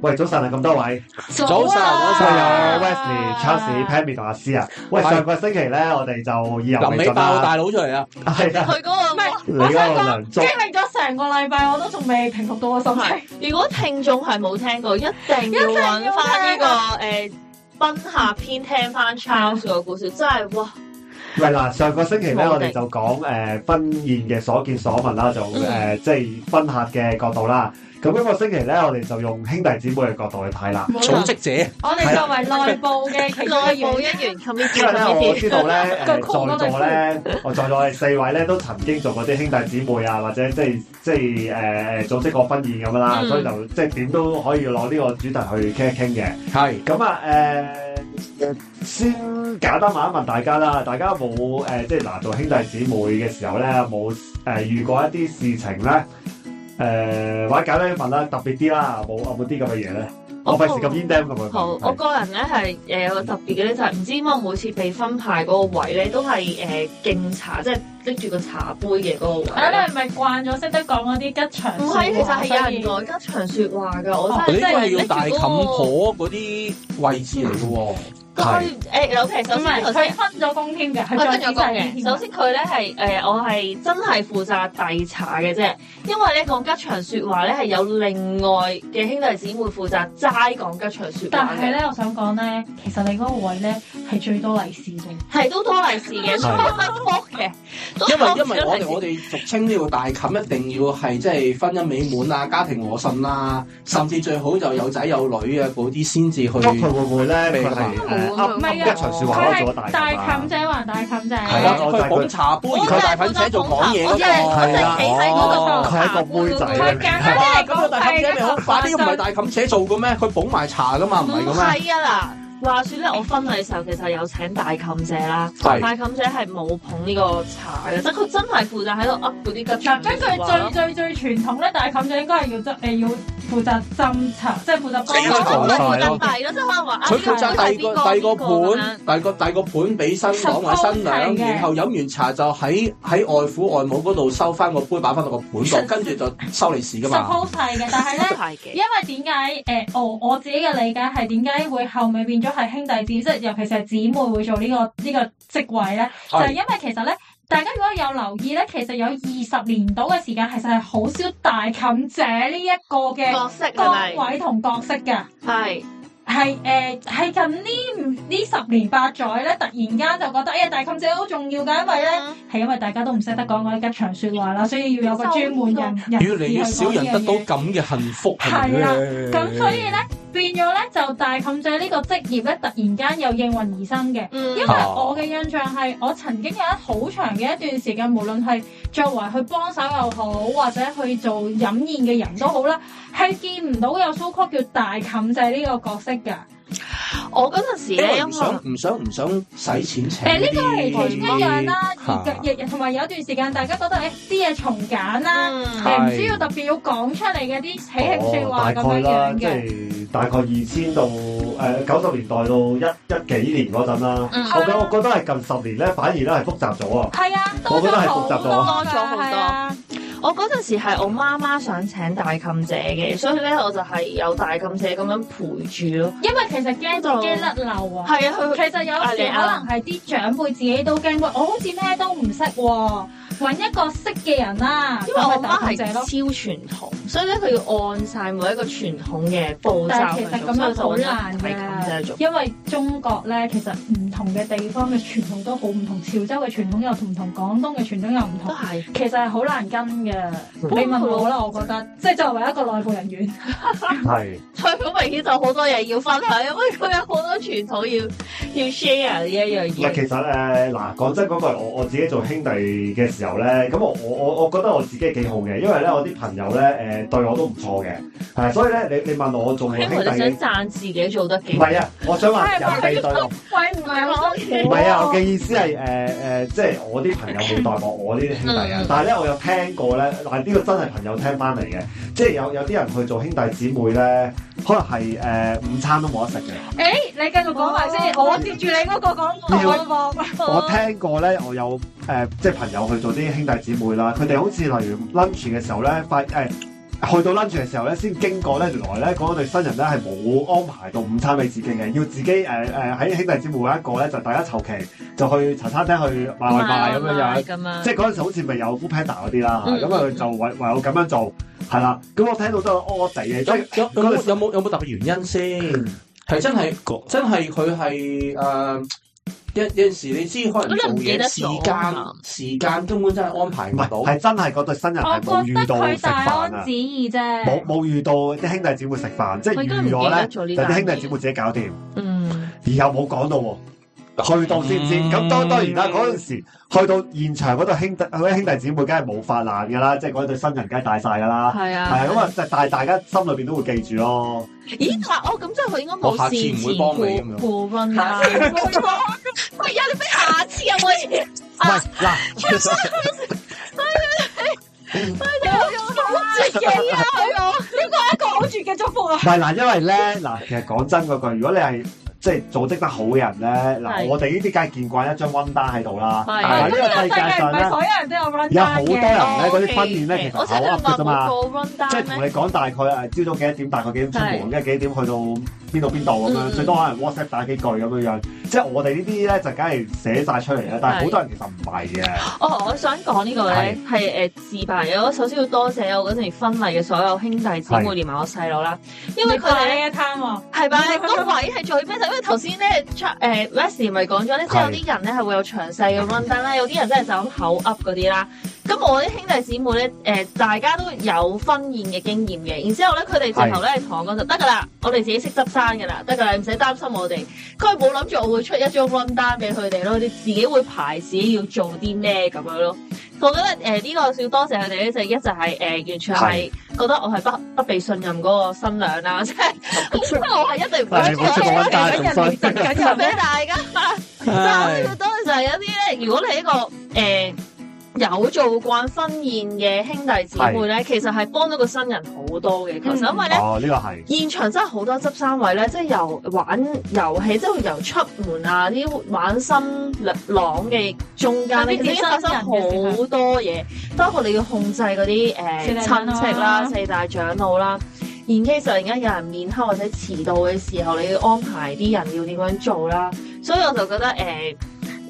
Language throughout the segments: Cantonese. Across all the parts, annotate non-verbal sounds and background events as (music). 喂，早晨啊，咁多位，早晨早我晨有 Wesley、Charles、Pammy 同阿思啊。喂，係上個星期咧，我哋就意猶臨未尾盡爆啦，大佬出嚟啊！係 (laughs) 啊，佢嗰個你嗰個梁祝經歷咗成個禮拜，我都仲未平復到個心情。如果聽眾係冇聽過，一定要揾翻呢個誒賓客篇聽翻 Charles 個故事，真係哇！喂嗱，上個星期咧，我哋嗯我哋就講誒婚宴嘅所見所聞啦，就誒即係婚客嘅角度啦。咁今個星期咧，我哋就用兄弟姊妹嘅角度去睇啦。冇組錯織者我哋作為內部嘅其中一內員部一員 committee 因為啊咧，我 committee，知 (laughs) 道咧，誒在佢哭咗座咧，我在座嘅四位咧都曾經做過啲兄弟姊妹啊，或者即係即係誒組織過婚宴咁樣啦，嗯所以就即係點都可以攞呢個主題去傾一傾嘅。係咁啊誒，先簡單問一問大家啦，大家有冇誒、即係嗱做兄弟姊妹嘅時候咧，有冇誒、遇過一啲事情咧？誒、或者簡單啲問啦，特別啲啦，冇有冇啲咁嘅嘢咧？我我費事咁 in depth 咁樣問。好，我個人咧係誒有個特別嘅咧，就係唔知點解每次被分派嗰個位咧，都係誒敬茶，即係拎住個茶杯嘅嗰個位啊，你呢。係咪慣咗識得講嗰啲吉祥唔說話？係，其實係有人所以講吉祥説話㗎，我真你哦呢個係係即係用拎住大嗰冚個婆嗰啲位置嚟 (laughs) 嘅喎，係佢誒有其實首唔先係頭先啊啊佢分咗工添嘅，哦啊我佢真啊再有講仔細嘅，啲首先佢咧係誒，我係真係負責遞茶嘅啫，因為咧講吉祥説話咧係有另外嘅兄弟姊妹負責齋講吉祥説話但係嘅，咧，我想講咧，其實你嗰個位咧係最多利是嘅。係都多利是嘅，所以分波嘅，都因為因為多我利是哋我哋俗稱呢個大冚一定要係即係婚姻美滿啊、家庭和順啊，甚至最好就有仔有女啊嗰啲先至去。咁佢會唔會咧？明佢白係誒噏噏唔係啊一場説話佢攞咗係大大㗎嘛冚仔還大冚仔，係啊啦，我就係佢捧茶杯，我而就佢係大負粉仔責做捧茶，講嘢我嗰就個係我就係企喺嗰哦個佢係一個妹仔嚟嘅茶杯嗰個啊咁佢大冚佢簡單啲嚟講，仔咪啊好快啲，唔係係大冚扯做嘅咩？佢捧埋茶噶嘛，唔係唔咁咩？係啊嗱，話説咧，我婚禮時候其實有請大冚姐啦，係大冚姐係冇捧呢個茶嘅，即係佢真係負責喺度噏嗰啲吉祥嗱，根説話咯據最最最傳統咧，大冚仔應該係要執誒要負責斟茶，即係負責幫哎我佢唔晒係負責講手。遞咯，即係可能話啊佢負責呢個係第邊個個第邊個個咁樣盤，第個第個盤俾新郎或者新十娘，方係嘅然後飲完茶就喺喺外父外母嗰度收翻個杯，擺翻落個盤度，跟住就收利是噶嘛。 suppose 係嘅，但係 (laughs) 咧。係因為點解誒我我自己嘅理解係點解會後尾變咗係兄弟姊，即係尤其是係姊妹會做呢、個呢、個職位咧，就係因為其實咧，大家如果有留意咧，其實有二十年到嘅時間，其實係好少大冚姐呢一個嘅角色係咪？崗位同角色嘅。係係誒係近呢五呢十年八載咧，突然間就覺得哎呀大冚姐好重要㗎，因為嗯咧係因為大家都唔識得講嗰啲吉祥説話啦，所以要有個專門人人越士嚟去越少講呢人得樣到嘢。咁嘅幸福，係係啦咪咁所以咧變咗咧就大冚仔呢個職業咧，突然間又應運而生嘅。嗯，因啊為我嘅印象係，我曾經有一好長嘅一段時間，無論係作為去幫手又好，或者去做飲宴嘅人都好啦，係見唔到有 so called 叫大冚仔呢個角色㗎。我嗰陣時因咧，為因唔為想唔想唔想使錢請誒呢個嗯係啲其中一樣啦，嚇而日日同埋有一段時間，大家覺得誒啲嘢從簡啦，嗯係誒唔需要特別要講出嚟嘅啲喜慶説哦話咁大概樣啦，樣即嘅。係大概二千到誒九十年代到一一幾年嗰陣啦。嗯我覺我覺得係近十年咧，反而咧係複雜咗啊。係啊，我多覺得係複咗好雜咗多㗎，多咗好多係啊我嗰陣時係我媽媽想請大冚姐嘅，所以咧我就係有大冚姐咁樣陪住咯。因為其實驚就驚甩漏啊。係啊，啊佢其實有時可能係啲長輩自己都驚，喂，我好似咩都唔識喎，揾一個識嘅人啦，因為我咁咪媽大係姐超咯。傳統，所以咧佢要按晒每一個傳統嘅步但驟係其去實做，咁所以樣就好揾難大冚姐做嘅，。因為中國咧其實唔同嘅地方嘅傳統都好唔同，潮州嘅傳統又唔同，廣東嘅傳統又唔都同，係其實係好難跟嘅。你問我啦，我覺得即係作為一個內部人員，係所以好明顯就好多嘢要分享，因為佢有好多傳統要要 share 呢一樣唔係嘢。其實誒嗱，講真嗰句，我我自己做兄弟嘅時候咧，咁我我我我覺得我自己幾好嘅，因為咧我啲朋友咧誒對我都唔錯嘅，係所以咧你你問我做兄弟因為你想嘅，讚自己做得唔幾好，係啊，我想話人哋對我。喂唔係我唔係哦啊，我嘅意思係誒誒，即係我啲朋友冇代過我呢啲兄弟啊嗯，但係咧我有聽過咧，嗱呢個真係朋友聽翻嚟嘅，即係有有啲人去做兄弟姊妹咧，可能係誒、午餐都冇得食嘅。誒你繼續講埋先，我接住你嗰個講我個我聽過咧，我有誒、即係朋友去做啲兄弟姊妹啦，佢哋好似例如 lunch 嘅時候咧，發誒、去到 lunch 嘅時候咧，先經過咧，原來咧嗰對新人咧係冇安排到午餐俾自己嘅，要自己誒誒喺兄弟姊妹一個咧，就大家籌期就去茶餐廳去買外賣咁樣樣。啊咁即係樣，嗰陣時好似未有 Foodpanda 嗰啲啦，嗯咁啊就唯唯有咁樣做，係啦。咁我聽到都有屙屙地嘅，即有嗯係有有冇有冇有冇特別原因先？ (coughs) 係真係真係佢係誒有有陣時你知可能可做能唔記嘢得時咗間啊時間根本真係安排唔唔係到。係真係嗰對新人我係冇覺遇得到佢食大飯安啊旨，意啫，冇冇遇到啲兄弟姊妹食飯，即係我應該唔預咗咧，記得咗呢就啲單兄弟嘢姊妹自己搞掂。嗯，而又冇講到喎，去到先知。嗯咁當當然啦，嗰陣時去到現場嗰度兄弟嗰啲兄弟姊妹，梗係冇發爛㗎啦，即係嗰對新人梗係大晒㗎啦。係係啊，啊咁。啊，但係大家心裏邊都會記住咯。咦？嗱，哦，咁即係佢應該我下冇次唔事會前幫你咁顧樣 (laughs) 顧問啦。啊喂，呀，你俾下次啊有冇嘢？唔係嗱， (laughs) 自己啊，一個好絕嘅祝福啊唔！係嗱，因為咧嗱，其實講真嗰句，如果你係即係組織得好嘅人咧，嗱，係我哋呢啲梗係見慣一張温單喺度啦。係但係呢啊因為個世世界界唔上係咧，所有人都有 run 有好多人咧，嗰啲哦訓練咧， ，OK，OK，其我實口噏真係話嘅啫嘛。冇個 run 即係 down 同咧，你講大概誒，朝早幾多點，大概幾點出門，跟住幾點去到邊度邊度咁嗯樣，嗯最多可能 WhatsApp 打幾句咁樣樣。即係我哋呢啲咧就梗係寫晒出嚟啦，但係好多人其實唔係嘅，哦，我想講呢個咧係誒自白嘅，我首先要多謝我嗰陣婚禮嘅所有兄弟姊妹，係連埋我細佬啦，因因為為佢佢哋哋咧。呢一攤喎，係吧？個位係最 b e 因為頭先咧，誒 Wesley 咪講咗咧，即係有啲人咧係會有詳細嘅 run down 啦，有啲人真係就咁口噏嗰啲啦。咁我啲兄弟姊妹咧，誒、大家都有婚宴嘅經驗嘅，然之後咧佢哋直頭咧同我講就得㗎啦，我哋自己識執生㗎啦，得㗎啦，你唔使擔心我哋。佢係冇諗住我會出一張 run down 俾佢哋咯，你自己會排自己要做啲咩咁樣咯。我覺得誒呢、個要多謝佢哋咧，就一就係、誒、完全係覺得我係不不被信任嗰個新娘啦，即係即係我係一定唔係冇出過温單仲衰。緊就俾大家。但係我覺得就係有啲咧，如果你係一個誒、有做慣婚宴嘅兄弟姊妹咧，其實係幫到個新人好多嘅。其實嗯因為咧。哦，呢個係現場真係好多執生位咧，即係由玩遊戲，即係由出門啊，啲玩新郎嘅中間咧，有啲其實已經發生好多嘢，包括你要控制嗰啲四誒大長親老啦戚啦、四大長老啦。然之突然間有人面黑或者遲到嘅時候，你要安排啲人要點樣做啦。所以我就覺得誒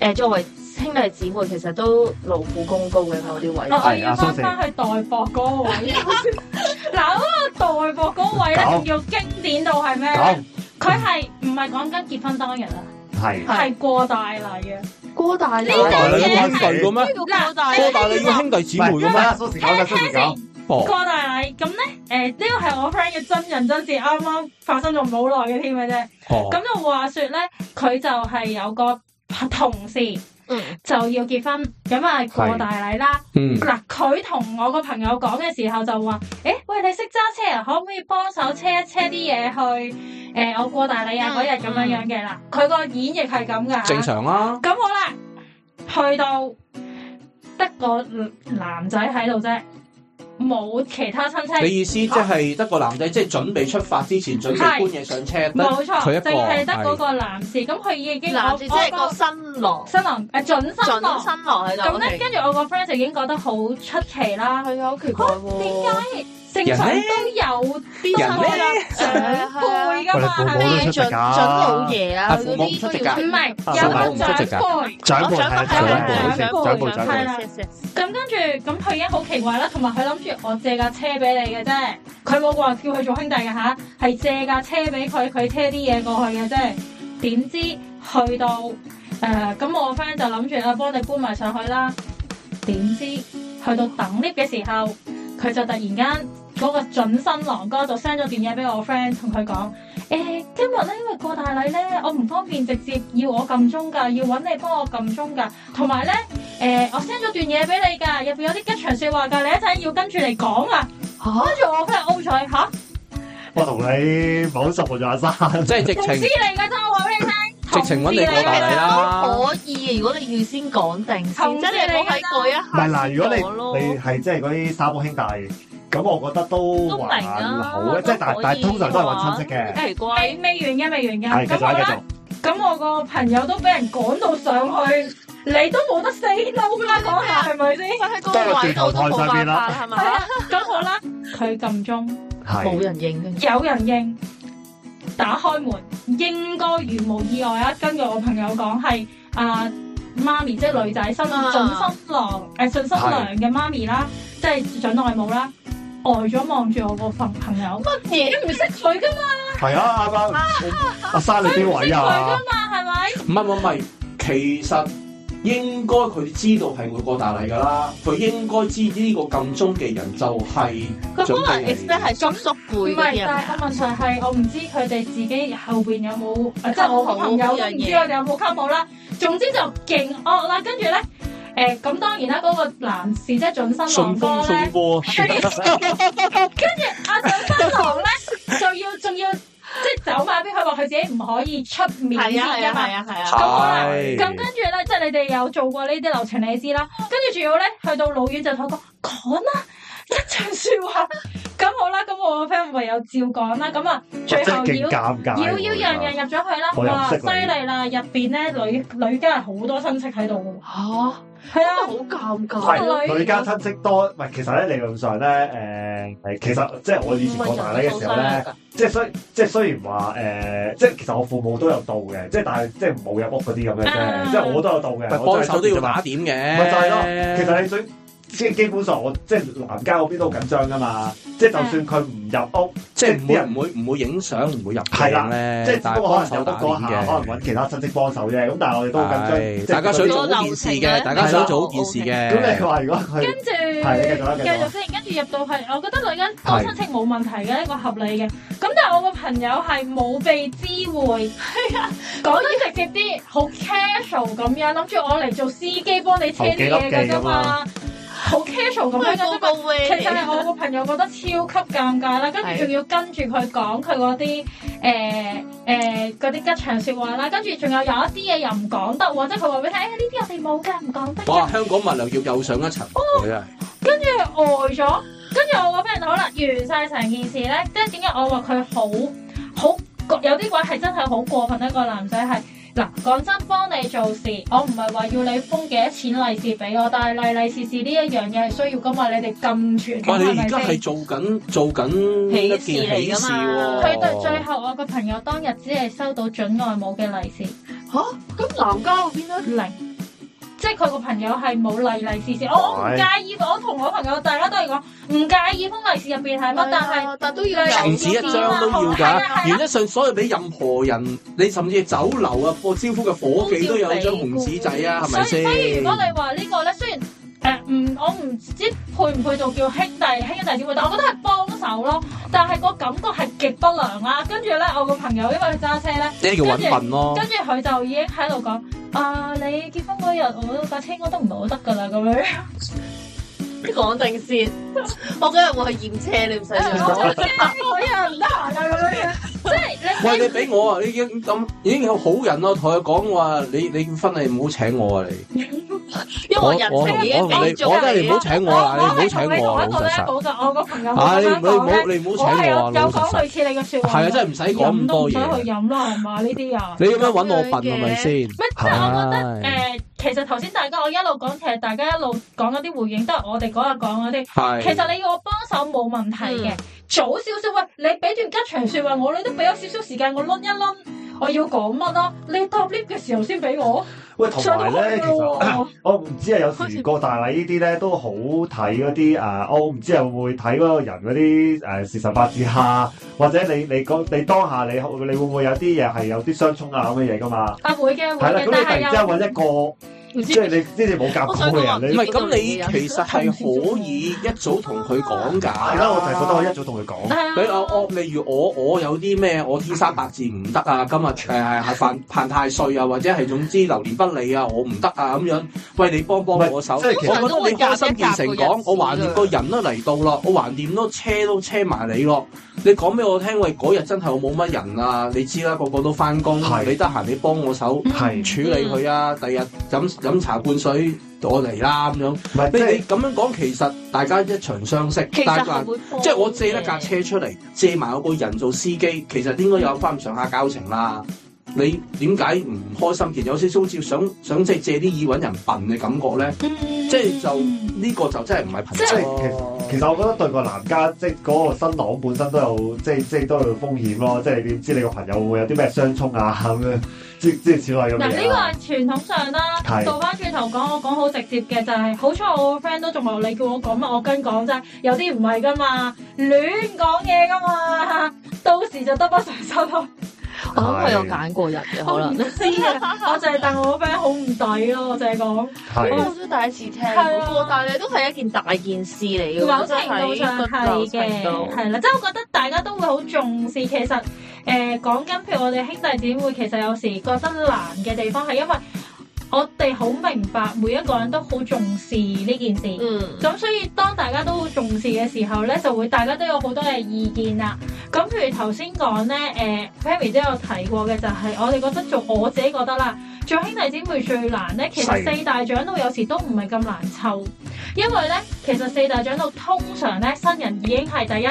誒、作為兄弟姊妹其實都勞苦功高嘅某啲位。嗱，我係阿要蘇翻四翻去代博嗰個位。 (laughs) 嗱，嗰個代博嗰個位咧，搞仲要經典到係咩咧？咁佢係唔係講緊結婚當日啊？係係係過大禮嘅。哥大嗯呢單但嘢係你要軍隊嘅咩？個哥大哥大你要兄弟姊妹唔係嘅咁咩？啦，蘇時講啦，蘇時講，哦，過大禮咁咧，誒呢個係我 friend 嘅真人真事，啱啱發生咗冇耐嘅添嘅啫。哦咁就話說咧，佢就係有個同事嗯就要結婚，咁啊過大禮啦。嗯，嗱，佢同我個朋友講嘅時候就話：，誒、喂，你識揸車啊？可唔可以幫手車一車啲嘢去誒、我過大禮啊嗰日咁樣樣嘅啦。佢個演繹係咁噶。正常啊啦。嗯咁好啦，去到得個男仔喺度啫，冇其他親戚，你意思即係得個男仔，即係準備出發之前準備搬嘢上車，得冇錯佢一，個淨係得嗰個男士。咁佢已經男我士即我係個個新郎、新郎誒準新郎準。新郎喺度。咁咧，跟住我個 friend 就已經覺得好出奇啦。係啊，好奇怪喎。點解正常人呢都有啲人咧長輩噶嘛？係喂你咪？準準老爺啊，啊嗰父母唔啲出席都㗎要唔係啊有父母個唔長出席㗎輩。長輩係長啊長長輩，長長輩，長係輩，啦輩，咁跟住，咁佢已經好奇怪啦，同埋佢諗住我借架車俾你嘅啫，佢冇話叫佢做兄弟嘅吓，係借架車俾佢，佢車啲嘢過去嘅啫。點知去到誒，呃咁、我 friend 就諗住啊，幫你搬埋上去啦。點知去到等 lift 嘅時候，佢就突然間嗰、個準新郎哥就 send 咗段嘢俾我 friend，同佢講。誒、今日咧，因為過大禮咧，我唔方便直接要我撳鐘㗎，要揾你幫我撳鐘㗎，同埋咧。誒、我 send 咗段嘢俾你㗎，入邊有啲吉祥説話㗎，你一陣要跟住嚟講啊！嚇跟住我 friend 嘔咗嚇，我同你冇十步就阿生，即係直同事情嚟㗎啫，我話俾你聽，直情揾你過大禮都啦。可以嘅。如果你預先講定先，同即事係你冇喺嗰一唔係嗱，如刻講果咯你你係即係嗰啲沙煲兄弟，咁我覺得都都明還啊，好嘅，即係但但係通常都係揾親戚嘅，奇怪未，未完嘅，未係完嘅。繼咁續我啊繼咧，續，咁我個朋友都俾人趕到上去你都冇得 say no 啦，嗰下係咪先？喺嗰個位度都冇辦法係係嘛？啊，咁好啦，佢撳鐘，冇係人應嘅。有人應，打開門，應該如無意外啊，根據我朋友講係啊媽咪，即係女仔新啊準新郎誒準新娘嘅媽咪啦，即係準外母啦，呆咗望住我個朋朋友，乜嘢？啊你唔識佢噶嘛，係啊，啱啱阿生你邊位佢噶啊？嘛，係咪？唔係唔係唔係，其實應該佢知道係會過大禮㗎啦，佢應該知呢個咁鐘嘅人就係佢準可備能 expect 係叔叔唔輩嗰係，啲人但係啊。個問題係，我唔知佢哋自己後邊有冇，呃即係我朋友都唔知佢哋有冇溝冇啦。總之就勁惡啦，跟住咧，誒、咁當然啦，嗰、個男士即係準新郎順哥風順咧，波，跟住阿準新郎咧，就要仲要即係走埋俾佢話佢自己唔可以出面係先啊係㗎啊嘛係。啊係啊！咁好啦，係咁跟住咧，即係你哋有做過呢啲流程，你知啦。跟住仲要咧，去到老院就同我講講啦，一場説話。咁好啦，咁我個 friend 唯有照講啦。咁啊，最真後係勁要尷尬喎。要要樣樣入咗去啦。我又唔哇，識犀你利啦！入邊咧，女女家係好多親戚喺度嚇，好喎。係啊，尷係尬。係女家親戚多，唔係其實咧理論上咧，誒、其實即係我以前過大禮嘅時候咧，即係雖即係雖然話誒、即係其實我父母都有到嘅，即係但係即係冇入屋嗰啲咁樣啫，啊即係我都有到嘅，但係我真幫係手都要特別啫嘛打點嘅，咪就係咯，其實你最即係基本上我即係男家嗰邊都好緊張噶嘛，即係就算佢唔入屋，即係唔啲會人唔會唔會影相，唔會入係啦鏡咧，即係但只不過可能有得幫嗰手下，打點可能嘅。揾其他親戚幫手啫。咁但係我哋都好緊張，係即係大家想咁做好件事嗰個流程啊嘅，大家想做好件事咁你嘅。話如果跟 (laughs) 佢住係啊繼續啦繼續繼啦續先，跟住入到去，我覺得女人多親戚冇問題嘅，一個合理嘅。咁但係我個朋友係冇被知會，講得直接啲，好 casual 咁樣，諗住我嚟做司機幫你車啲嘢嘅啫嘛，好 casual 咁咁佢樣嘅報啫嘛。告會其實係我個朋友覺得超級尷尬啦，跟住仲要跟住佢講佢嗰啲誒誒嗰啲吉祥説話啦，跟住仲有有一啲嘢又唔講得喎，即係佢話俾你聽，哎誒呢啲我哋冇㗎，唔講得㗎哇！。香港物流要又上一層，真啊係跟住佢呆咗，跟住我個 friend 好啦，完晒成件事咧，即係點解我話佢好好有啲位係真係好過分咧？個男仔係嗱，講真幫你做事，我唔係話要你封幾多錢利是俾我，但係利利是是呢一樣嘢係需要噶嘛，你哋咁全哇！係你咪而家先係？做緊做緊一件喜喜事事嚟㗎喎。嘛佢對最後我個朋友當日只係收到準外母嘅利是嚇，咁男家嗰邊咧？零。即係佢個朋友係冇利利是是，我我唔係介意，我同我朋友大家都係講唔介意封利是入邊係乜，但係係但都要有唔止一張都要係啊係啊㗎，原則上所有俾任何人，你甚至酒樓啊、個招呼嘅伙計都有張紅紙仔啊，係咪所以所以如果先？你話呢個咧，雖然誒唔、我唔知配唔配到叫兄弟兄弟姊妹，但我覺得係幫手咯。但係個感覺係極不良啦。跟住咧，我個朋友因為佢揸車咧，呢啲叫揾笨咯跟。住佢就已經喺度講。啊！你結婚嗰日，我架車應該都唔攞得㗎啦，咁樣。 (laughs) 講定先。我嗰日會去驗車，你唔使我上。架車嗰日唔得閒啊，咁樣。即係喂，你你俾我啊！你已經咁已經有好人咯，同佢講話你你婚禮唔好請我啊！你因為我我我人我同情已哎經你俾咗我覺得你唔好請我啦，你唔好係請同你我啊！老同一個實 level 實，㗎，我個朋友啊！咁你唔樣好講你唔好。你咧唔好我請係我啊！老有有實講實，類似你嘅説話係啊，㗎，真係唔使講咁多飲都唔使嘢。去飲啦，係嘛呢啲啊？你咁樣揾我笨係咪先？乜即係我覺得誒、呃其實頭先大家我一路講，其實大家一路講嗰啲回應都係我哋嗰日講嗰啲。係嗯其實你要我幫手冇問題嘅，早少少喂，你俾段吉祥説話我，你都俾咗少少時間我攆一攆，我要講乜咯？你搭 lift 嘅時候先俾我，喂，同上到埋咧，其去啦實。 (laughs) 喎。 (laughs) 我唔知啊，有時過大禮呢啲咧都好睇嗰啲誒，我唔知啊會唔會睇嗰個人嗰啲誒事實八字下，或者你你嗰你當下你你會唔會有啲嘢係有啲相沖啊咁嘅嘢噶嘛？啊會嘅會係啦，嘅咁，你突然之間但係揾又一個，唔即知係你之前冇夾過嘅人，唔你係咁，你其實係可以一早同佢講㗎。係啦，啊我就係覺得我一早同佢講，你係話啊我，例如我我有啲咩，我天生八字唔得啊，今日誒係犯犯太歲啊，或者係總之流年不利啊，我唔得啊咁樣。喂，你幫幫我手，唔我係覺即係其得實你開心見誠講，我橫掂個人啊都嚟到啦，我橫掂都車都車埋你咯。你講俾我聽，喂，嗰日真係我冇乜人啊，你知啦，個個都翻工，係你得閒你幫我手係處理佢啊，第日飲飲茶灌水我嚟啦咁樣。唔係你即你係咁樣講，其實大家一場相識，其大實家係。會哦幫即係我借一架嘅車出嚟，借埋我個人做司機，其實應該有翻咁上下交情啦。你點解唔開心？其實有少少好似想想即係借啲耳揾人笨嘅感覺咧，即係就呢個就真係唔係嗯即朋友係咯。其實我覺得對個男家即係嗰個新郎本身都有即係即係都有風險咯，即係你唔知你個朋友會唔會有啲咩相衝啊咁樣，即即係此類咁嗱，嘅呢嘢啊個啦。係傳統上啦，係倒翻轉頭講，我講好直接嘅就係、好彩我個 friend 都仲話你叫我講乜，我跟講啫。有啲唔係噶嘛，亂講嘢噶嘛， (laughs) 到時就得不償失咯。我諗佢有揀過人嘅可 (laughs) 我唔能。知啊，我就係但我個 friend 好唔抵咯，我就係講係我都第一次聽，係啊不過但係都係一件大件事嚟嘅喎，某真程度上係係嘅，係啦，即係我覺得大家都會好重視。其實誒講緊，譬如我哋兄弟姊妹，其實有時覺得難嘅地方係因為我哋好明白每一個人都好重視呢件事。嗯，咁所以當大家都好重視嘅時候咧，就會大家都有好多嘅意見啦。咁譬如頭先講咧，誒 Pammy 都有提過嘅，就係我哋覺得做我自己覺得啦，做兄弟姊妹最難咧，其實係四大長老有時都唔係咁難湊，因為咧其實四大長老通常咧新人已經係第一。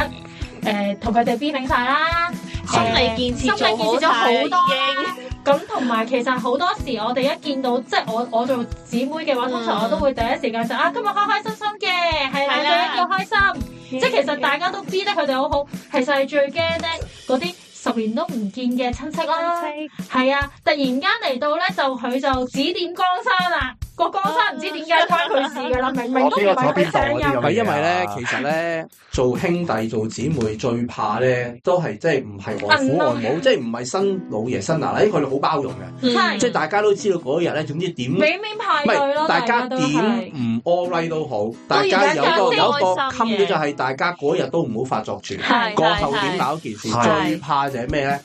誒同佢哋 B 領晒啦，心理建心設理建做好設咗好晒多啦啦咁同埋其實好多時我哋一見到即係我我做姊妹嘅話，通常我都會第一時間就啊今日開開心心嘅，嗯係係啦啦，嗯最緊要開心。已經，即係其實大家都知得佢哋好好，其實係最驚咧嗰啲十年都唔見嘅親戚啦，係啊，突然間嚟到咧就佢就指點江山啦，個江山唔知點解關佢事噶啦，明明我都唔邊個係坐邊度佢上嗰啲任咁。啊係因為咧，其實咧做兄弟做姊妹最怕咧，都係即係唔係外父外母，即係唔係新老爺新奶奶，佢哋好包容嘅，係即係大家都知道嗰日咧，總之點。俾面派唔對咯，係，大家家都點係。唔 all right 都好，大家有都要大個有一個家都開心嘅襟嘅就係大家嗰日都唔好發作住，係過後點搞件事。係最怕就係咩咧？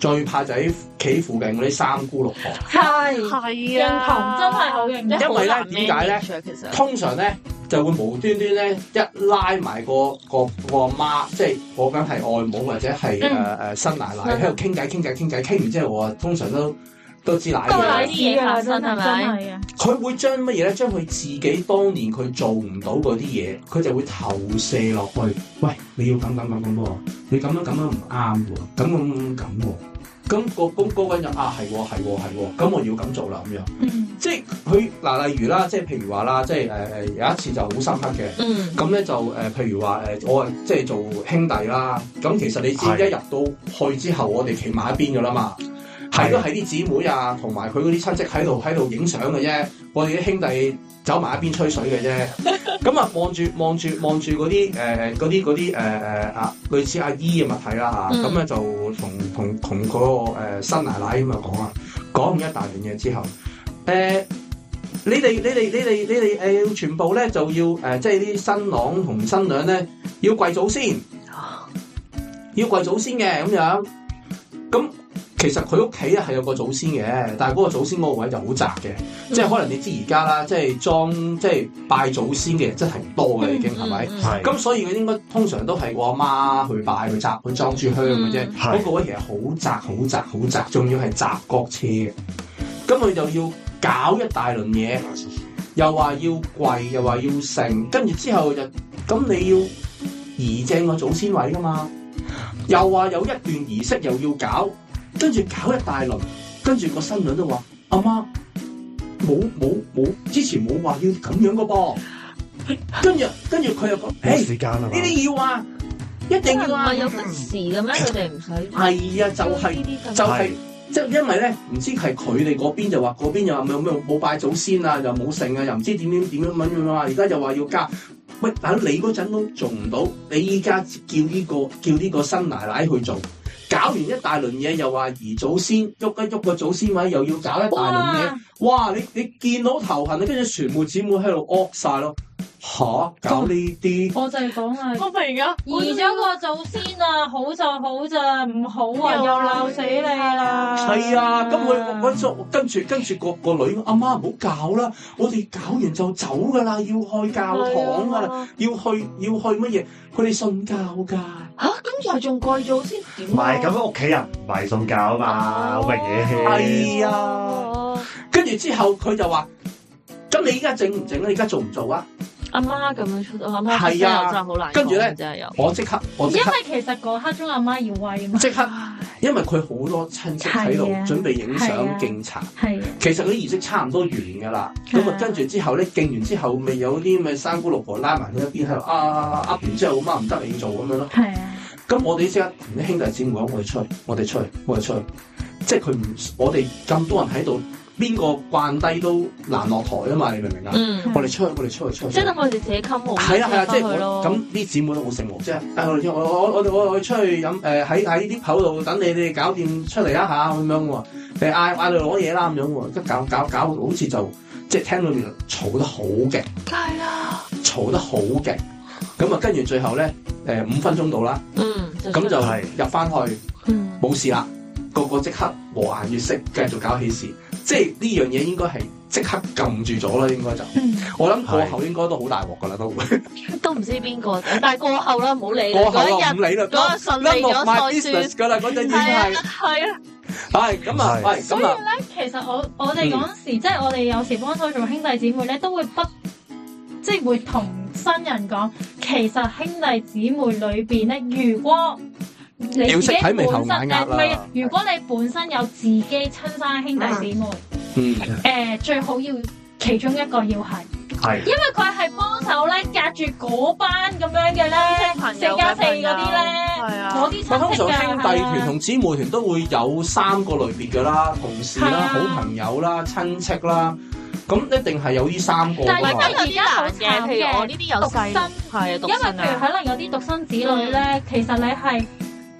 最怕就喺企附近嗰啲三姑六婆。係係認同，啊，真係好認因同。為呢好難點解呢 manage 啊其實通常咧就會無端端咧一拉埋個個個媽，即係我梗係外母或者係嗯誒誒新奶奶喺度傾偈傾偈傾偈，傾完之後我通常都都知奶都都奶奶嘢事事，㗎啦真係真係真係啊！佢會將乜嘢咧？將佢自己當年佢做唔到嗰啲嘢，佢就會投射落去。喂，你要咁咁咁咁喎，你咁樣咁樣唔啱喎，咁咁咁咁喎。咁、個咁嗰個人就啊係喎係喎係喎，咁我要咁做啦咁樣。嗯即係佢嗱，例如啦，即係譬如話啦，即係誒誒有一次就好深刻嘅。嗯，咁咧就誒、呃譬如話誒、呃我即係做兄弟啦。咁其實你知係一入到去之後，我哋企埋一邊噶啦嘛，係都係啲姊妹啊，同埋佢嗰啲親戚喺度喺度影相嘅啫。我哋啲兄弟走埋一邊吹水嘅啫。咁啊，望住望住望住嗰啲誒誒嗰啲嗰啲誒誒啊，類似阿姨嘅物體啦嚇。嗯咁咧、就同同同嗰個、呃、新奶奶咁啊講啊，講完一大段嘢之後，誒、你哋你哋你哋你哋誒要全部咧就要誒、呃即係啲新郎同新娘咧要跪祖先，要跪祖先嘅咁樣。咁其實佢屋企咧係有個祖先嘅，但係嗰個祖先嗰個位就好窄嘅，嗯即係可能你知而家啦，即係裝即係拜祖先嘅人真係唔多嘅已經係咪？嗯？係咁所以佢應該通常都係我阿媽去拜去摘去裝住香嘅啫。係嗰個位其實好窄、好窄、好窄，仲要係窄角車嘅。咁佢就要搞一大輪嘢，又話要跪，又話要成，跟住之後就咁你要移正個祖先位噶嘛，又話有一段儀式又要搞，跟住搞一大輪，跟住個新娘都話：阿媽冇冇冇，之前冇話要咁樣噶噃。跟住跟住佢又講：，冇誒呢時間啊嘛，啲要啊，一即定係要唔啊係，有逼時嘅咩？佢哋唔使係啊，就係、呢啲咁就係、係即係因為咧，唔知係佢哋嗰邊就話嗰邊又冇冇冇拜祖先啊，又冇剩啊，又唔知點點點樣樣樣啊，而家又話要加。喂，大佬你嗰陣都做唔到，你依家叫呢、個叫呢個新奶奶去做，搞完一大輪嘢又話移祖先，喐一喐個祖先位，又要搞一大輪嘢，哇！哇！你你見到頭痕，你跟住全部姊妹喺度惡晒咯，吓、搞呢啲我就係講啊。我明啊，移咗個祖先啊，好就好咋，唔好啊又又鬧死你啦！係啊，咁佢我我跟住跟住個個女阿媽唔好搞啦，我哋搞完就走噶啦，要去教堂噶啦，啊啦，要去要去乜嘢？佢哋信教㗎，吓咁又仲貴咗先點啊？唔係咁屋企人唔迷信教啊嘛，好明顯。Ờ, 係啊，跟住之後佢就話：咁你依家整唔整啊？你依家做唔做啊？阿媽咁樣出，我阿媽出係聲我啊真係好難講。跟住呢真係有，我即刻，我因即刻，為其實嗰刻鐘阿媽要喂啊嘛，即刻，因為佢好多親戚喺度係啊準備影係相啊敬茶。係啊其實嗰啲儀式差唔多完㗎啦，咁啊啊跟住之後咧，敬完之後咪有啲咪三姑六婆拉埋佢一邊喺度啊噏完之後，媽唔得你做咁樣咯。係啊，咁我哋即刻同啲兄弟姊妹講，我哋出去，我哋出去，我哋出去。即係佢唔，我哋咁多人喺度，邊個慣低都難落台啊嘛，你明唔明啊？嗯，我哋出去，我哋出去，出去即係。等我哋自己襟好，係啊啦係啦，即係佢我咯。咁啲姊妹都好醒目，即係帶我哋出，我我我我我出去飲誒喺喺啲口度等你哋搞掂出嚟一下咁樣喎，你嗌嗌你攞嘢啦咁樣喎，即係搞搞搞好似就即係聽到面嘈得好勁，梗係啊啦，嘈得好勁，咁啊跟住最後咧誒五分鐘到啦，嗯，咁就係入翻去嗯冇事啦，個個即刻和顏悅色繼續搞喜事，即係呢樣嘢應該係即刻撳住咗啦，應該就嗯，我諗過後應該都好大鑊噶啦都會。都唔知邊個，但係過後啦，唔好理啦過後嗰啊，日唔理啦，嗰日順 None 利 of 咗 my 再算。business 噶啦，嗰陣已經係啊，係係啊，係咁啊，係係所以咁啊，嗯咧，其實我我哋嗰時，即係我哋有時幫手做兄弟姊妹咧，都會不即係會同新人講，其實兄弟姊妹裏邊咧，如果你自己要本識身睇眉頭眼額誒啦唔係啊，如果你本身有自己親生兄弟姊妹，誒、呃嗯，最好要其中一個要係。係因為佢係幫手咧，隔住嗰班咁樣嘅咧，朋四友加四嗰啲咧，係啊，嗰啲咪通親戚常㗎兄弟係啊團同姊妹團都會有三個類別噶啦，同事係啦、啊好朋友啦、親戚啦，咁一定係有呢三個但㗎係嘛因為而家好嘅，譬如我呢啲有細，係啊，因獨為身譬如啊，可能有啲獨生子女咧，其實你係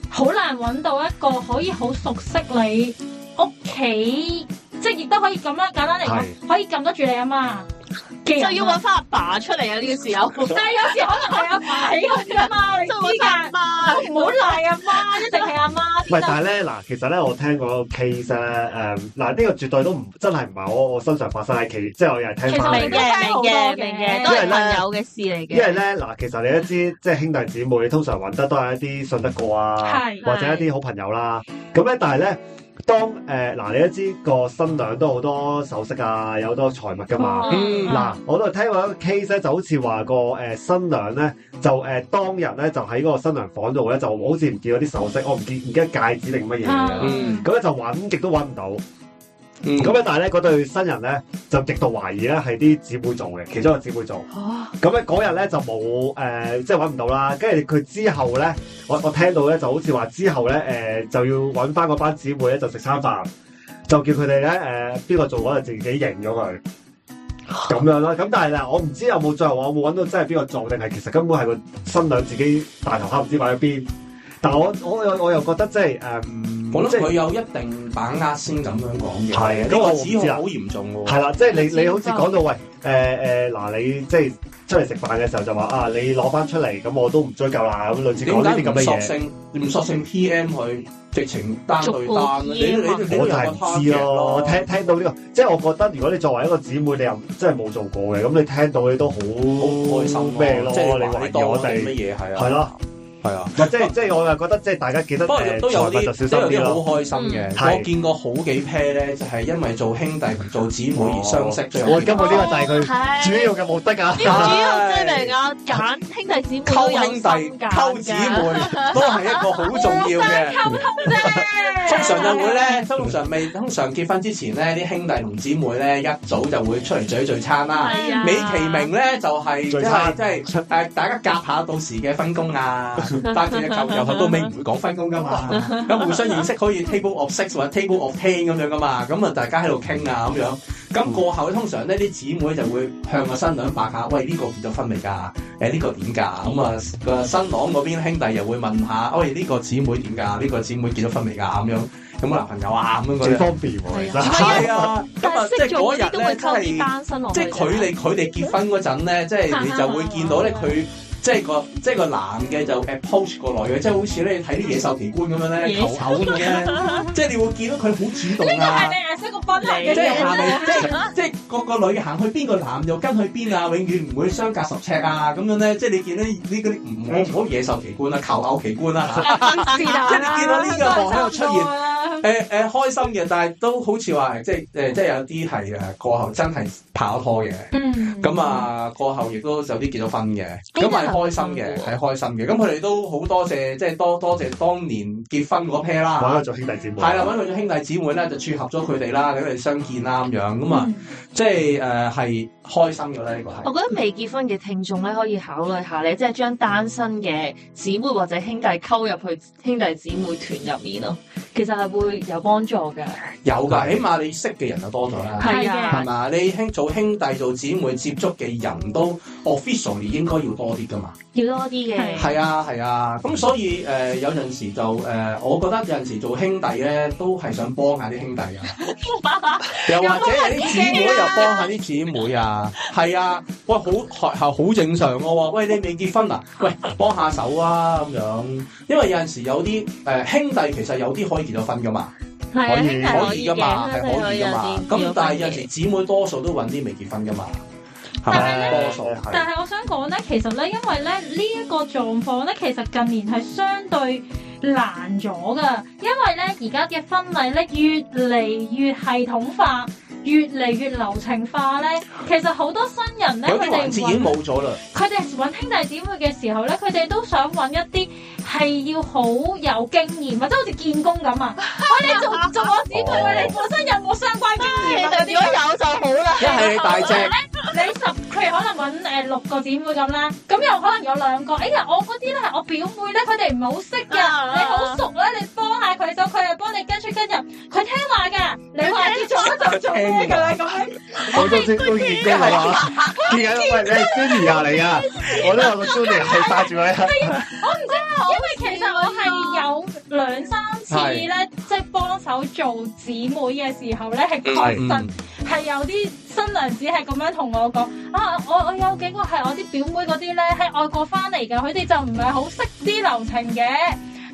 好難揾到一個可以好熟悉你屋企，即係亦都可以咁啦，簡單嚟講，係可以撳得住你阿媽嘅人啊就要揾翻阿爸出嚟啊！呢個時候，但係有時可能係阿爸起佢阿媽，(laughs) 你就啊揾知翻㗎，阿媽。唔好賴阿 (laughs) 媽，一定係阿媽喂先，得。但係咧嗱，其實咧我聽過個 case 咧，誒、嗱呢個絕對都唔真係唔係我我身上發生嘅 case，即係我又係聽其實翻我嚟明哋嘅都。嘅，明嘅，明嘅，都係朋友嘅事嚟因為嘅。咧嗱，其實你都知，即係兄弟姊妹通常揾得都係一啲信得過啊，係或者一啲好朋友啦。咁咧，但係咧，當誒呃嗱、你都知個新娘都好多首飾啊，有好多財物噶嘛。哦嗯嗱，我都係聽過一個 case 咧，就好似話個誒新娘咧，就誒、呃、當日咧就喺嗰個新娘房度咧，就好似唔見咗啲首飾，我唔見唔記得戒指定乜嘢嚟㗎啦。嗯咁咧就揾極都揾唔到，嗯咁咧但係咧嗰對新人咧就極度懷疑咧係啲姊妹做嘅，其中一個姊妹做。哦，咁咧嗰日咧就冇誒、呃即係揾唔到啦。跟住佢之後咧，我我聽到咧就好似話之後咧誒、呃就要揾翻嗰班姊妹咧就食餐飯，就叫佢哋咧誒邊個做嗰就自己認咗佢。咁樣啦，咁但係啦，我唔知有冇最後我冇揾到真係邊個做，定係其實根本係個新娘自己大頭蝦唔知擺喺邊。但我我又我又覺得即係誒，嗯我即諗係佢有一定把握先咁樣講嘅，係呢咁我個唔指控知啊好嚴重喎。係啦，即係你你好似講到喂，誒誒嗱，你即係出嚟食飯嘅時候就話啊，你攞翻出嚟，咁我都唔追究啦，咁類似講點呢解啲咁唔嘅索嘢，性唔索性 P.M. 佢直情單對逐個單？你你你你我都有個就係唔知 target 咯。我聽聽到呢、個，即係我覺得如果你作為一個姊妹，你又真係冇做過嘅，咁你聽到你都好好開心咯咩咯？即係你話懷你疑當我我哋乜哋，嘢係啊？係咯，係啊。或者即係我又覺得即係大家記得不過誒都有財物就啲小都心啲有啲咯。好開心嘅嗯，係我見過好幾 pair 咧，就係因為做兄弟唔做姊妹而相識最後我今日呢個就係佢佢主要嘅目的啊 (laughs) 呢個！主要即係明啊，揀兄弟姊妹都溝有兄心弟、揀溝姊妹都係一個好重要嘅。通常就會咧，通常未通常結婚之前咧，啲兄弟同姊妹咧一早就會出嚟聚聚餐啦。係啊，美其名咧就係即聚係餐即係誒，大家夾下到時嘅分工啊，但係由由頭到尾唔會講分工噶嘛，咁互相認識可以 table of six 或者 table of ten 咁樣噶嘛，咁啊大家喺度傾啊咁樣，咁過後通常呢啲姊妹就會向個新娘白下，喂呢、個結咗婚未㗎？誒、呢、個點㗎？咁啊個新郎嗰邊兄弟又會問下，喂呢、個姊妹點㗎？呢、個姊妹結咗婚未㗎？咁樣有冇男朋友啊？咁樣嗰最啲。方便喎，其係實係啊，咁但啊係即係識做嗰嗰啲日都會咧，真溝係啲。單身落去啊㗎。即係佢哦哋佢哋結婚嗰陣咧，即 (laughs) 係你就會見到咧，佢即係個即係個男嘅就 approach 過來嘅，即係好似咧你睇啲野獸奇觀咁樣咧，野 (laughs) 求獸偶咁 (laughs) 嘅，即係你會見到佢好主動啊，即係行嚟，即係即係個個女嘅行去邊個男又跟去邊啊，永遠唔會相隔十尺啊咁樣咧，即係你見到呢嗰啲啊 (laughs) 唔好唔好野獸奇觀啦，求偶奇觀啦嚇。即係你見到呢個行喺度出現，誒誒開心嘅，但係都好似話即係誒即係有啲係誒過後真係拍咗拖嘅。嗯，咁，啊，過後亦都有啲結咗婚嘅，咁係開心嘅，嗯係開心嘅。咁佢哋都好多謝，即係多多謝當年結婚嗰 pair 玩啦咗，做兄弟姊妹。啊係啦，揾佢兄弟姊妹咧就撮合咗佢哋啦，等佢哋相見啦咁樣，咁嗯啊，即係誒係開心嘅啦，呢個係我覺得未結婚嘅聽眾咧，可以考慮下咧，即係將單身嘅姊妹或者兄弟溝入去兄弟姊妹團入面咯，其實係會有幫助嘅。有㗎，起碼你識嘅人就多咗啦。係係啊，嘛？你兄做兄弟做姊妹接觸嘅人都 officially 應該要多啲㗎嘛？要多啲嘅。係啊係啊，咁所以誒、呃有陣時就誒、呃我覺得有陣時做兄弟咧都係想幫下啲兄弟啊。又或者有啲姊妹又幫下啲姊妹啊，係啊，喂，好學校好正常嘅喎，喂，你未結婚啊，喂，幫下手啊咁樣，因為有陣時有啲誒、呃兄弟其實有啲可以結咗婚噶嘛，係啊，兄弟可可以以噶嘅，嘛，係真係可可以以有噶嘛啲，咁但係有陣時姊妹多數都揾啲未結婚噶嘛，係咪但係多咧數係。但係我想講咧，其實咧，因為咧呢一個狀況咧，其實近年係相對難咗噶，因為咧而家嘅婚禮咧越嚟越系統化，越嚟越流程化咧，其實好多新人咧有佢啲環哋節已經揾冇咗啦，佢哋揾兄弟姊妹嘅時候咧，佢哋都想揾一啲係要好有經驗，或者好似見工咁 (laughs) 啊，喂你做做我姊妹，喂你本身有冇相關經驗啊？如果有就好啦。一係你大隻，你十佢可能揾誒六個姊妹咁啦，咁又可能有兩個。哎呀，我嗰啲咧係我表妹咧，佢哋唔係好識㗎，啊你好熟咧，你幫下佢手，佢又幫你跟出跟入，佢聽話㗎，你話要做一就做咩㗎啦咁樣。 (laughs) 我都識都見工係嘛？見緊喂，你係 Junior 嚟噶，我都有個 Junior 係帶住佢。因為其實我係有兩三次咧，即係幫手做姊妹嘅時候咧，係確實嗯係有啲新娘子係咁樣同我講啊，我我有幾個係我啲表妹嗰啲咧喺外國翻嚟嘅，佢哋就唔係好識啲流程嘅。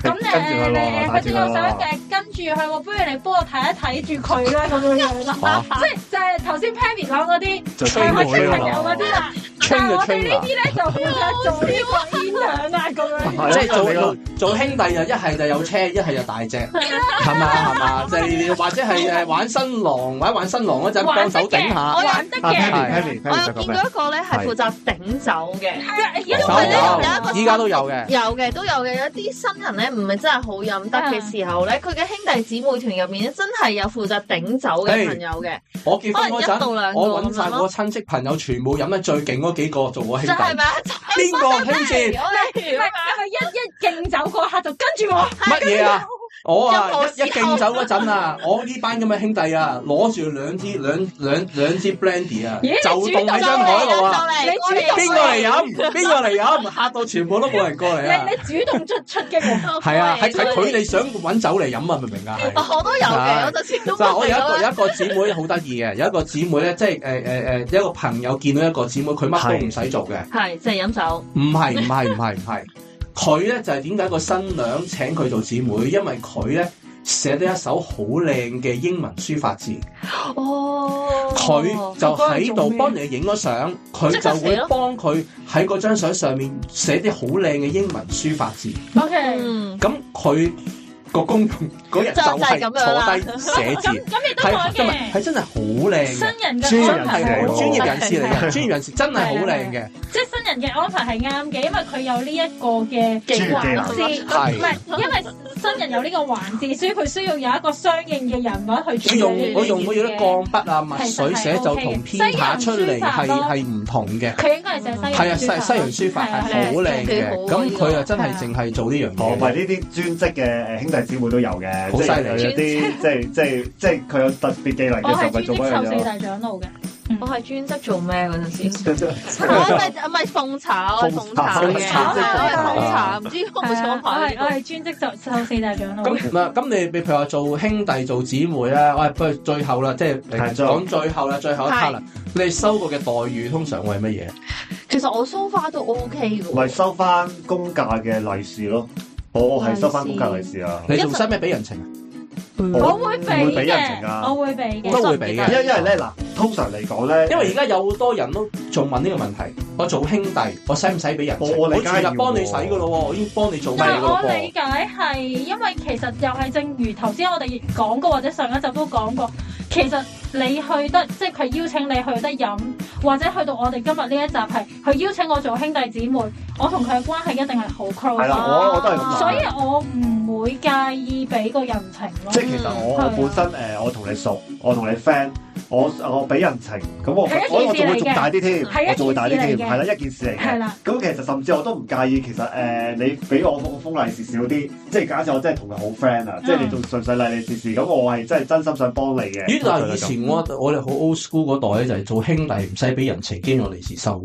咁誒跟住佢誒，咯，帶佢哋住又佢想咯。誒跟住佢喎，不如你幫我睇一睇住佢啦咁 (laughs) 樣樣啦。 (laughs) 即係就係頭先 Pammy 講嗰啲就係啊吹我妹啲啊朋友嘛嗰 (laughs) 啲啦，吹但係就我啊吹哋呢啦啲。咧就負責做呢個 (laughs) 煙娘啊咁樣。係啊即係做因為你做做兄弟就一係就有車，一係就大隻，係嘛係嘛，就係或者係誒玩新郎或者玩新郎嗰陣幫手頂下，我有玩得啊 (laughs) 嘅， Pammy，Pammy，我 Pammy 有就咁見過樣。一個咧係負責頂酒嘅。因手為咧有一個有，依家都有嘅，有嘅都有嘅，有啲新人咧唔係真係好飲得嘅時候咧，佢嘅兄弟姊妹團入面咧真係有負責頂酒嘅朋友嘅，我結可婚能嗰一到兩陣，個啊我揾咁晒樣我咯。親戚朋友全部飲得最勁嗰幾個做我就兄弟，係咪啊？邊個興先？唔係係一一敬酒嗰刻就跟住我。乜嘢啊？我啊一任何時候一敬酒嗰陣啊，我呢班咁嘅兄弟啊，攞住兩支兩兩兩支 brandy 啊，咦你就凍喺張台度啊，你主動邊個嚟飲？邊個嚟飲？嚇到全部都冇人過嚟啊！你你主動出出擊 (laughs) 喎。係啊，係係佢哋想揾酒嚟飲啊，明唔明啊？ (laughs) 係。哦我都有嘅，我就 (laughs) 算都就係我有一個有有一個姊妹好得意嘅，有一個姊妹咧，即係誒誒誒，一個朋友見到一個姊妹，佢乜都唔使做嘅，係就係飲酒，唔係唔係唔係唔係，佢咧就係點解個新娘請佢做姊妹，因為佢咧寫得一手好靚嘅英文書法字，哦，佢就喺度幫你影咗相，佢即就刻會寫咯幫佢喺嗰張相上面寫啲好靚嘅英文書法字， O K。嗯，咁佢個公眾嗰日就就係係坐咁樣啦低寫字咁，咁亦都係啊講真係嘅，係真係好靚嘅新。人專嘅真安排係嚟好喎專業嘅人士嚟嘅，專業人士真係好靚嘅，即係新人嘅安排係啱嘅，因為佢有呢一個嘅技能環節，係唔係啊因為新人有呢個環節，所以佢需要有一個相應嘅人物去我處理呢用件我用嗰啲事嘅鋼筆啊、墨水寫就同編下出嚟係西洋書法咯係唔同嘅，佢應該係寫西係啊洋西西洋書法係係好靚幾嘅好啊，咁佢啊真呢係個淨係做呢樣哦，唔係嘢，呢啲專職嘅誒兄弟姊妹都有嘅，好即係犀利佢有啲即係即係即係佢有特別技能我嘅時候，咪係做專嗰樣職受四嘢大長老嘅，我係專職做咩嗰陣時？我咯。咪咪奉茶，我係奉茶嘅，我奉茶係奉茶，唔知我冇係錯啊我埋係我係專職受受四大長老咁嘅。唔係咁你譬如話做兄弟做姊妹啦，喂，不如最後啦，即係係講最後啦，最後一 part 啦，你哋收過嘅待遇通常會係乜嘢？其實我 so far 都 OK 嘅咪喎，收翻公價嘅利是咯，我係收翻公價利是啊！你仲使唔使俾人情啊？嗯我會俾會俾人情嘅，㗎我會俾嘅。都會俾因嘅因為咧嗱，通常嚟講咧，因為而家有好多人都仲問呢個問題，我做兄弟，我使唔使俾人情？我我我理全解日幫你使噶咯喎，我已經幫你做咩但係噶咯我理噃。解係因為其實又係正如頭先我哋講過，或者上一集都講過，其實你去得即係佢邀請你去得飲，或者去到我哋今日呢一集係佢邀請我做兄弟姊妹，我同佢嘅關係一定係好 close 係啦，啦我我都係咁諗。所以我唔會介意俾個人情咯即。係其實我我嗯本身呃誒，我同你熟，我同你 friend，我我俾人情，咁我係一件我我事仲嚟會嘅仲大啲添，係一件我仲會大啲添，事嚟嘅係啦，一件事嚟係嘅。啦，咁其實甚至我都唔介意，其實誒、呃你俾我封封利是少啲，即係假設我真係同佢好 friend 嗯啊，即係你仲順勢利利是是，咁我係真係真心想幫你嘅。咦？但係我以就係咁前我我哋好 old school 嗰代咧，就係做兄弟唔使俾人情，驚我利是收。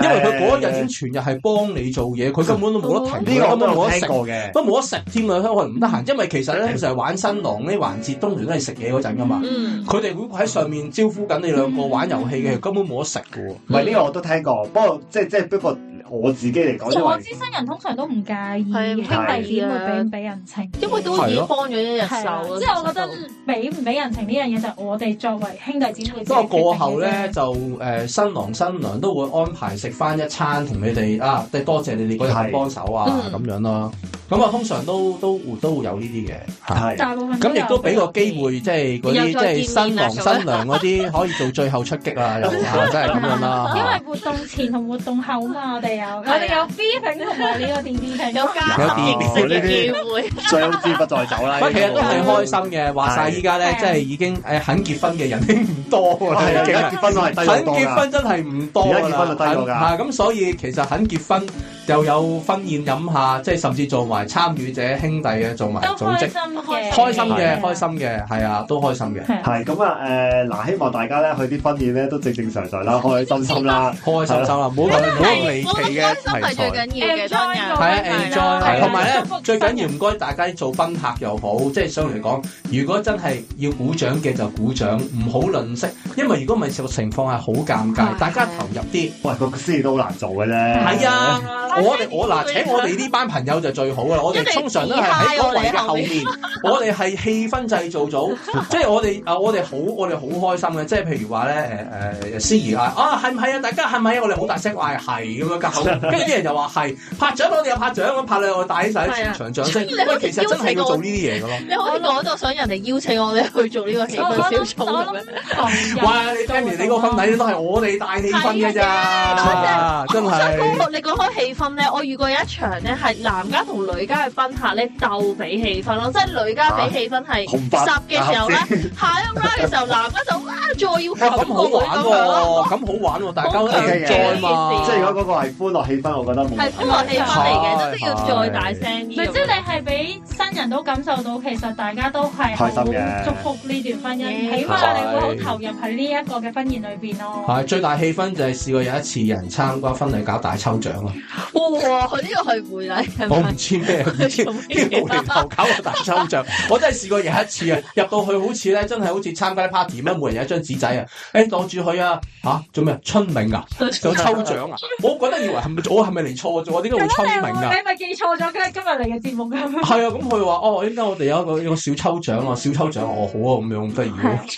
因為佢嗰一日已經全日係幫你做嘢，佢根本都冇得停，呢個佢我根都本冇有得食聽。過嘅，不過冇得食添啊！香港人唔得嗯閒，因為其實咧就係玩新郎呢環節，通常都係食嘢嗰陣噶嘛。嗯，佢哋會喺上面招呼緊你兩個玩遊戲嘅，根本冇得食嘅喎。嗯唔係呢個我都聽過，不過即係即係不過我自己嚟講，因我為知新人通常都唔介意係唔介意兄弟姊妹俾啊唔俾人情，因為都已經幫咗一隻 (laughs) 係啊手，即係我覺得俾唔俾人情呢樣嘢就係我哋作為兄弟姊妹。不過啊過後咧，就誒、呃新郎新娘都會安排食翻一餐，同你哋啊，即係多謝你哋嗰日係幫手啊嗯咁樣啦。咁啊，通常都都會都會有呢啲嘅嚇。係大部分咁亦都俾個機會，即係嗰啲又即再係見新面啦郎新娘嗰啲可以做最後出擊啊，又啊啊真係咁樣啦因為嚇。活動前同活動後嘛，我哋有我哋有 B 評同埋呢個電 B (laughs) 評。有家庭形式哦嘅機會，將之不再走啦。不過其實都係開心嘅，話晒依家咧，係即係已經誒肯結婚嘅人已經唔多我啦，哋已而經家係結婚都係低咗肯多結㗎。婚真係唔多而㗎家啦結婚就低咗㗎啊咁所以其實肯結婚又有婚宴飲下，即係甚至做埋參與者兄弟嘅，做埋都組開織心，嘅，開心嘅，係開心嘅，係啊，都開心嘅，係係咁啊，誒嗱，希望大家咧去啲婚宴咧都正正常常啦，開開心心 (laughs) 啦，開心心啦，唔好咁唔好咁離奇嘅開心題係最材。緊要嘅，當然係啊係啦係，enjoy，啦同埋咧祝福最緊要唔該大家做賓客又好，即係上嚟講，如果真係要鼓掌嘅就鼓掌，唔好吝嗇，因為如果唔係個情況係好尷尬，係大家投入啲。喂，個先都好難做嘅啫。係係啊，我哋我嗱，係請我哋呢班朋友就最好噶啦，我哋通常都係喺個圍嘅後面， (laughs) 我哋係氣氛製造組，即係我哋啊，我哋好我哋好開心嘅，即係譬如話咧誒誒司儀啊，啊係唔係啊？大家係咪啊？我哋好大聲話係咁樣 (laughs) 㗎，後面跟住啲人又話係拍掌，我哋又拍掌咁拍兩個大晒全場掌 (laughs) 聲。喂，其實真係要做呢啲嘢嘅咯。你好似講到想人哋邀請我哋去做呢個氣我氛小諗組我咁樣諗，琴日哇！你 Tammy 你個婚禮都係我哋帶氣氛嘅咋，啊真我想係 (laughs) 講。我你講開氣氛咧，我遇過有一場咧係男家同女家嘅賓客咧鬥比氣氛咯，即係女家比氣氛啊係紅白十嘅時候咧，下一個 round 嘅時候，男家就哇再要哎哇！咁冚好過佢玩咁喎、樣 (laughs) 咯，咁好玩喎、大家都好強 enjoy 嘛，即係如果嗰個係歡樂氣氛，我覺得冇問係題。歡樂氣氛嚟嘅，真係要再大聲咪啲即咁樣。係你係俾新人都感受到，其實大家都係好開心嘅祝福呢段婚姻，嗯起碼我哋會好投入喺呢一個嘅婚宴裏邊咯。係最大氣氛就係試過有一次有人參加婚禮搞大抽獎啊！哇！佢呢個係回禮係我咪唔？知咩，唔知啲無厘頭搞個大抽獎，我真係試過有一次啊！入到去好似咧，真係好似參加啲 party 咁啊，每人有一張紙仔啊，誒當住佢啊嚇做咩啊春茗啊，做抽獎啊！我覺得以為係咪我係咪嚟錯咗？點解會春茗啊？你咪記錯咗，今日嚟嘅節目咁。係啊，咁佢話哦，依家我哋有一個有個小抽獎啊，小抽獎哦好啊，咁樣不如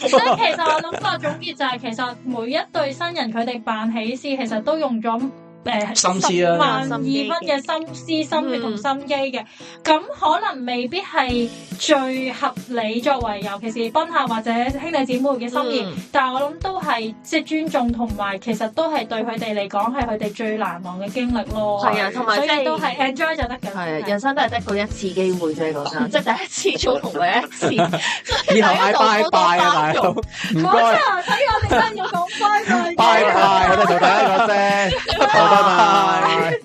所以其實我諗法總結就係，其實每一對新人佢哋辦喜事，其實都用咗誒心思啊嗯萬二蚊嘅心思、心血同心機嘅。咁可能未必係最合理作為，尤其是賓客或者兄弟姊妹嘅心嗯意。但係我諗都係即係尊重同埋，其實都係對佢哋嚟講係佢哋最難忘嘅經歷咯。係啊，同埋所即係以都係 enjoy 就得㗎。係啊人生都係得嗰一次機會啫，講真，即係第一次做同第一次， (laughs) 以後嗌拜拜啊，大佬，唔冇該。錯，所以我哋真係要講拜拜嘅。拜拜我哋做第一個啫，拜拜。